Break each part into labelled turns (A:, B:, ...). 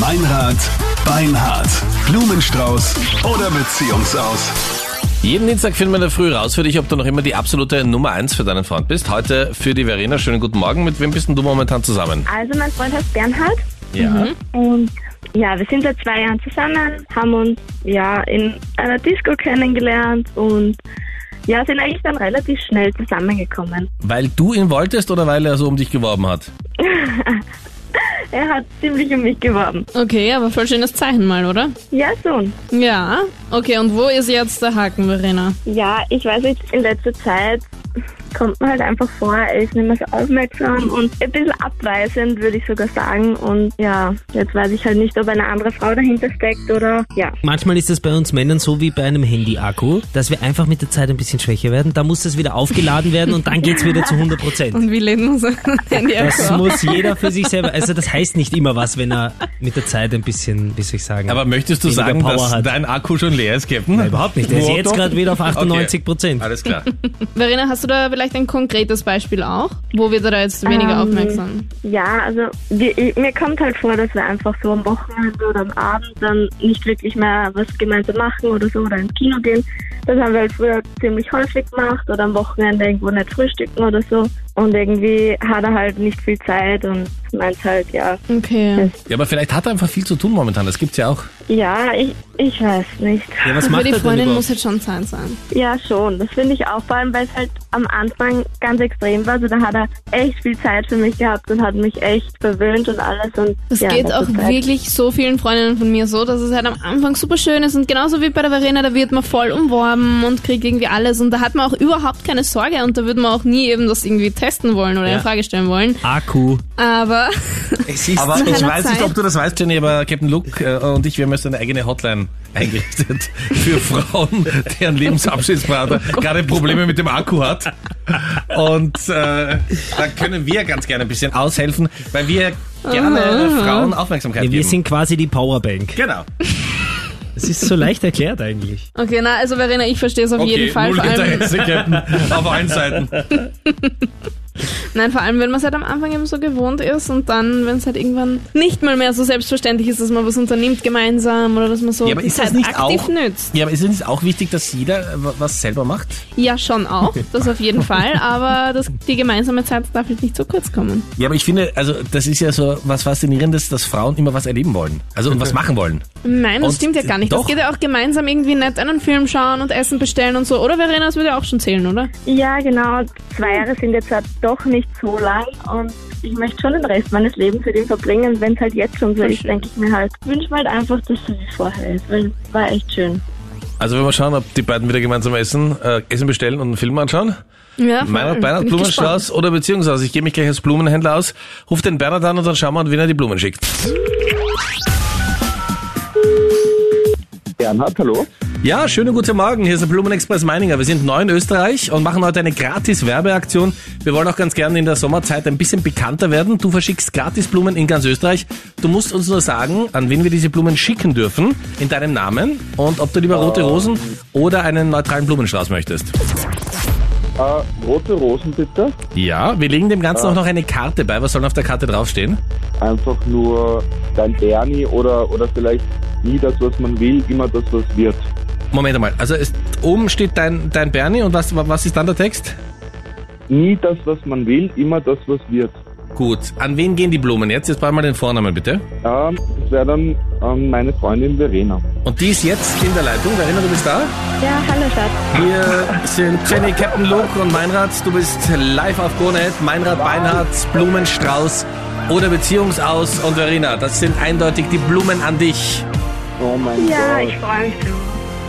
A: Meinrad, Beinhard, Blumenstrauß oder Beziehungsaus.
B: Jeden Dienstag finden wir in der Früh raus für dich, ob du noch immer die absolute Nummer eins für deinen Freund bist. Heute für die Verena. Schönen guten Morgen. Mit wem bist denn du momentan zusammen?
C: Also mein Freund heißt Bernhard
B: Ja.
C: und ja, wir sind seit zwei Jahren zusammen, haben uns ja in einer Disco kennengelernt und ja, sind eigentlich dann relativ schnell zusammengekommen.
B: Weil du ihn wolltest oder weil er so um dich geworben hat?
C: Er hat ziemlich um mich geworben.
D: Okay, aber voll schönes Zeichen mal, oder?
C: Ja, schon.
D: Ja. Okay, und wo ist jetzt der Haken, Verena?
C: Ja, ich weiß nicht, in letzter Zeit kommt man halt einfach vor, er ist nicht mehr so aufmerksam und ein bisschen abweisend, würde ich sogar sagen. Und ja, jetzt weiß ich halt nicht, ob eine andere Frau dahinter steckt oder ja.
E: Manchmal ist es bei uns Männern so wie bei einem Handy-Akku, dass wir einfach mit der Zeit ein bisschen schwächer werden. Da muss es wieder aufgeladen werden und dann geht's wieder zu 100 Prozent.
D: Und wie lädt man sein Handy
E: Das
D: auf?
E: muss jeder für sich selber. Also das heißt nicht immer was, wenn er mit der Zeit ein bisschen, wie soll ich sagen.
B: Aber möchtest du
E: Weniger
B: sagen,
E: Power
B: dass
E: hat.
B: dein Akku schon leer ist, Captain?
E: Nein, überhaupt nicht. Er ist
B: Oh,
E: jetzt
B: doch.
E: gerade wieder auf 98 Prozent.
B: Alles klar.
D: Verena, hast du da vielleicht ein konkretes Beispiel auch? Wo wird er da jetzt weniger aufmerksam?
C: Ja, also wir, ich, mir kommt halt vor, dass wir einfach so am Wochenende oder am Abend dann nicht wirklich mehr was gemeinsam machen oder so oder ins Kino gehen. Das haben wir halt früher ziemlich häufig gemacht oder am Wochenende irgendwo nicht frühstücken oder so. Und irgendwie hat er halt nicht viel Zeit und meint halt, ja,
D: Okay.
B: Ja, aber vielleicht hat er einfach viel zu tun momentan. Das gibt's ja auch.
C: ja, ich, ich weiß nicht.
E: Ja, was
D: Für
E: macht
D: die
E: er denn
D: Freundin muss
E: überhaupt?
D: jetzt schon Zeit sein.
C: Ja, schon. Das finde ich auch, vor allem weil es halt am Anfang ganz extrem war. Also da hat er echt viel Zeit für mich gehabt und hat mich echt verwöhnt und alles. Und
D: Das
C: ja,
D: geht
C: das
D: auch
C: ist halt-
D: wirklich so vielen Freundinnen von mir so, dass es halt am Anfang super schön ist und genauso wie bei der Verena, da wird man voll umworben und kriegt irgendwie alles und da hat man auch überhaupt keine Sorge und da würde man auch nie eben das irgendwie testen wollen oder in Frage stellen wollen.
E: Akku.
D: Aber
B: Aber
D: zu
B: ich
D: keiner
B: weiß nicht,
D: Zeit.
B: ob du das weißt, Jenny, aber Captain Luke äh, und ich, wir haben jetzt eine eigene Hotline eingerichtet für Frauen, deren Lebensabschnittspartner
D: Oh
B: gerade Probleme mit dem Akku hat. Und äh, da können wir ganz gerne ein bisschen aushelfen, weil wir gerne
D: Ah.
B: Frauen Aufmerksamkeit
E: Ja, wir
B: geben.
E: sind quasi die Powerbank.
B: genau.
E: Das ist so leicht erklärt eigentlich.
D: Okay, na, also Verena, ich verstehe es auf
B: Okay,
D: jeden Fall.
B: null
D: Vor allem,
B: Interesse, Captain, auf allen Seiten.
D: nein, vor allem, wenn man es halt am Anfang eben so gewohnt ist und dann, wenn es halt irgendwann nicht mal mehr so selbstverständlich ist, dass man was unternimmt gemeinsam oder dass man so
B: Ja, aber
D: die
B: ist das
D: Zeit
B: nicht
D: aktiv
B: auch-
D: nützt.
B: Ja, aber ist es nicht auch wichtig, dass jeder was selber macht?
D: Ja, schon auch, das auf jeden Fall, aber das, die gemeinsame Zeit darf jetzt nicht zu kurz kommen.
B: Ja, aber ich finde, also das ist ja so was Faszinierendes, dass Frauen immer was erleben wollen. Also und was machen wollen.
D: Nein, das
B: Und
D: stimmt ja gar nicht.
B: doch.
D: Das geht ja auch gemeinsam irgendwie nett einen Film schauen und Essen bestellen und so. Oder Verena, das würde ja auch schon zählen, oder?
C: Ja, genau. Zwei Jahre sind jetzt halt doch nicht so lang und ich möchte schon den Rest meines Lebens mit ihm verbringen. Wenn es halt jetzt schon so ist,
D: schön.
C: denke ich mir halt, wünsche mir halt einfach, dass es wie vorher ist, weil es war echt schön.
B: Also wenn wir schauen, ob die beiden wieder gemeinsam essen, äh, Essen bestellen und einen Film anschauen.
D: Ja, voll.
B: Meinrad Bernhard
D: Bin ich gespannt.
B: Blumenstrauß oder Beziehungsaus. Ich gehe mich gleich als Blumenhändler aus, ruf den Bernhard an und dann schauen wir, an wen er die Blumen schickt.
F: Bernhard, hallo.
B: Ja, schönen guten Morgen. Hier ist der Blumenexpress Meininger. Wir sind neu in Österreich und machen heute eine gratis Werbeaktion. Wir wollen auch ganz gerne in der Sommerzeit ein bisschen bekannter werden. Du verschickst gratis Blumen in ganz Österreich. Du musst uns nur sagen, an wen wir diese Blumen schicken dürfen, in deinem Namen und ob du lieber
F: Ah.
B: rote Rosen oder einen neutralen Blumenstrauß möchtest.
F: Äh, rote Rosen bitte.
B: Ja, wir legen dem Ganzen auch noch eine Karte bei. Was soll denn auf der Karte draufstehen?
F: Einfach nur dein Bernie oder, oder vielleicht nie das, was man will, immer das, was wird.
B: Moment einmal. Also ist, oben steht dein, dein Bernie und was, was ist dann der Text?
F: Nie das, was man will, immer das, was wird.
B: Gut. An wen gehen die Blumen jetzt? Jetzt brauchen wir den Vornamen bitte.
F: Ähm, das wäre dann ähm, meine Freundin Verena.
B: Und die ist jetzt in der Leitung. Verena, du bist da?
C: Ja, hallo Schatz.
B: Wir sind Jenny, Captain Luke und Meinrad. Du bist live auf GoNet. Meinrad, Beinhard, Blumenstrauß oder Beziehungsaus und Verena. Das sind eindeutig die Blumen an dich.
F: Oh mein
C: Ja, ich
F: Gott.
C: freue mich so.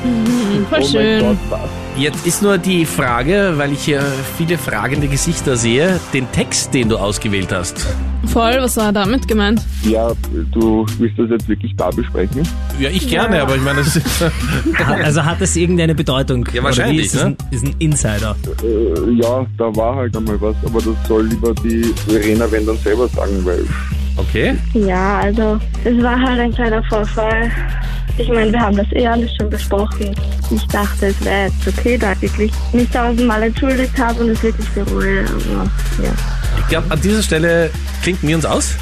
D: Voll
F: oh mein Gott,
D: schön.
F: was?
B: Jetzt ist nur die Frage, weil ich hier viele fragende Gesichter sehe, den Text, den du ausgewählt hast.
D: Voll, was war damit gemeint?
F: Ja, du willst das jetzt wirklich da besprechen?
B: Ja, ich gerne, aber ich meine, das ist...
E: Hat- Also hat das irgendeine Bedeutung?
B: Ja, wahrscheinlich, ne?
E: Oder wie ist, es ein, ist ein Insider.
F: Äh, ja, da war halt einmal was, aber das soll lieber die Verena, wenn dann selber sagen, weil
B: Okay.
C: Ja, also es war halt ein kleiner Vorfall. Ich meine, wir haben das eh alles schon besprochen. Ich dachte, es wäre jetzt okay, da ich wirklich mich tausendmal entschuldigt habe und es wirklich bereue. Aber, ja.
B: Ich glaube, an dieser Stelle klinken wir uns aus.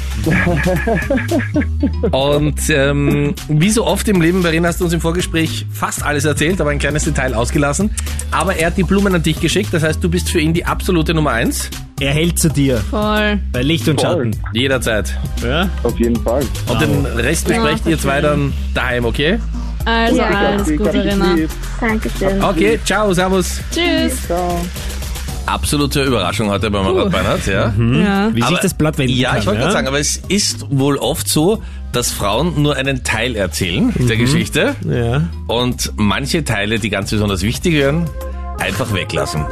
B: Und ähm, wie so oft im Leben, Verena, hast du uns im Vorgespräch fast alles erzählt, aber ein kleines Detail ausgelassen. Aber er hat die Blumen an dich geschickt, das heißt, du bist für ihn die absolute Nummer eins.
E: Er hält zu dir
D: Voll.
E: bei Licht und
F: Voll.
E: Schatten.
B: Jederzeit.
E: Ja?
F: Auf jeden Fall.
B: Und den Rest besprecht ihr zwei dann daheim, okay?
D: Also
F: Ich glaub,
D: alles
F: die
D: Gute,
F: kann ich
D: Rena.
F: lieb.
C: Dankeschön.
B: Okay, ciao, servus.
D: Tschüss.
F: Ciao.
B: Absolute Überraschung heute bei Marat Bernhardt, ja.
D: Ja.
E: Wie
B: Aber-
E: sich das Blatt wenden
B: Ja,
E: kann.
B: ich wollte
E: ja?
B: gerade sagen, aber es ist wohl oft so, dass Frauen nur einen Teil erzählen der Geschichte
E: Mhm. Ja.
B: und manche Teile, die ganz besonders wichtig wären, einfach weglassen.